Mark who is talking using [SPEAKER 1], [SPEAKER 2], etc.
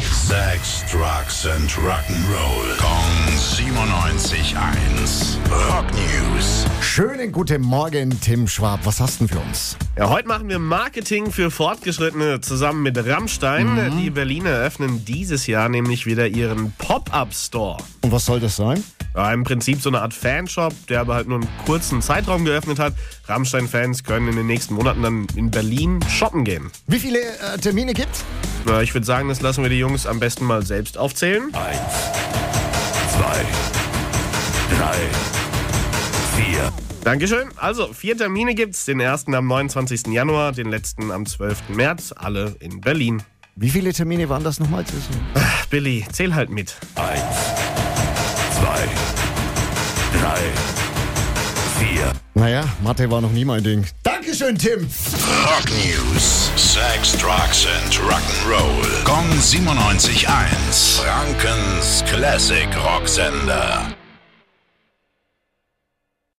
[SPEAKER 1] Sex, Drugs and Rock'n'Roll. Kong 97.1. Rock News.
[SPEAKER 2] Schönen guten Morgen, Tim Schwab. Was hast du denn für uns?
[SPEAKER 3] Ja, heute machen wir Marketing für Fortgeschrittene zusammen mit Rammstein. Die Berliner öffnen dieses Jahr nämlich wieder ihren Pop-Up-Store.
[SPEAKER 2] Und was soll das sein?
[SPEAKER 3] Ja, Im Prinzip so eine Art Fanshop, der aber halt nur einen kurzen Zeitraum geöffnet hat. Rammstein-Fans können in den nächsten Monaten dann in Berlin shoppen gehen.
[SPEAKER 2] Wie viele äh, Termine gibt's?
[SPEAKER 3] Na, ich würde sagen, das lassen wir die Jungs am besten mal selbst aufzählen.
[SPEAKER 1] Eins, zwei, drei, vier.
[SPEAKER 3] Dankeschön. Also, vier Termine gibt's. Den ersten am 29. Januar, den letzten am 12. März. Alle in Berlin.
[SPEAKER 2] Wie viele Termine waren das nochmal? Zwischen?
[SPEAKER 3] Billy, zähl halt mit.
[SPEAKER 1] Eins, zwei, drei, vier.
[SPEAKER 2] Naja, Mathe war noch nie mein Ding. Dankeschön, Tim.
[SPEAKER 1] Rock News. Sex, Drugs and Rock'n'Roll. Gong 97.1. Frankens Classic Rocksender.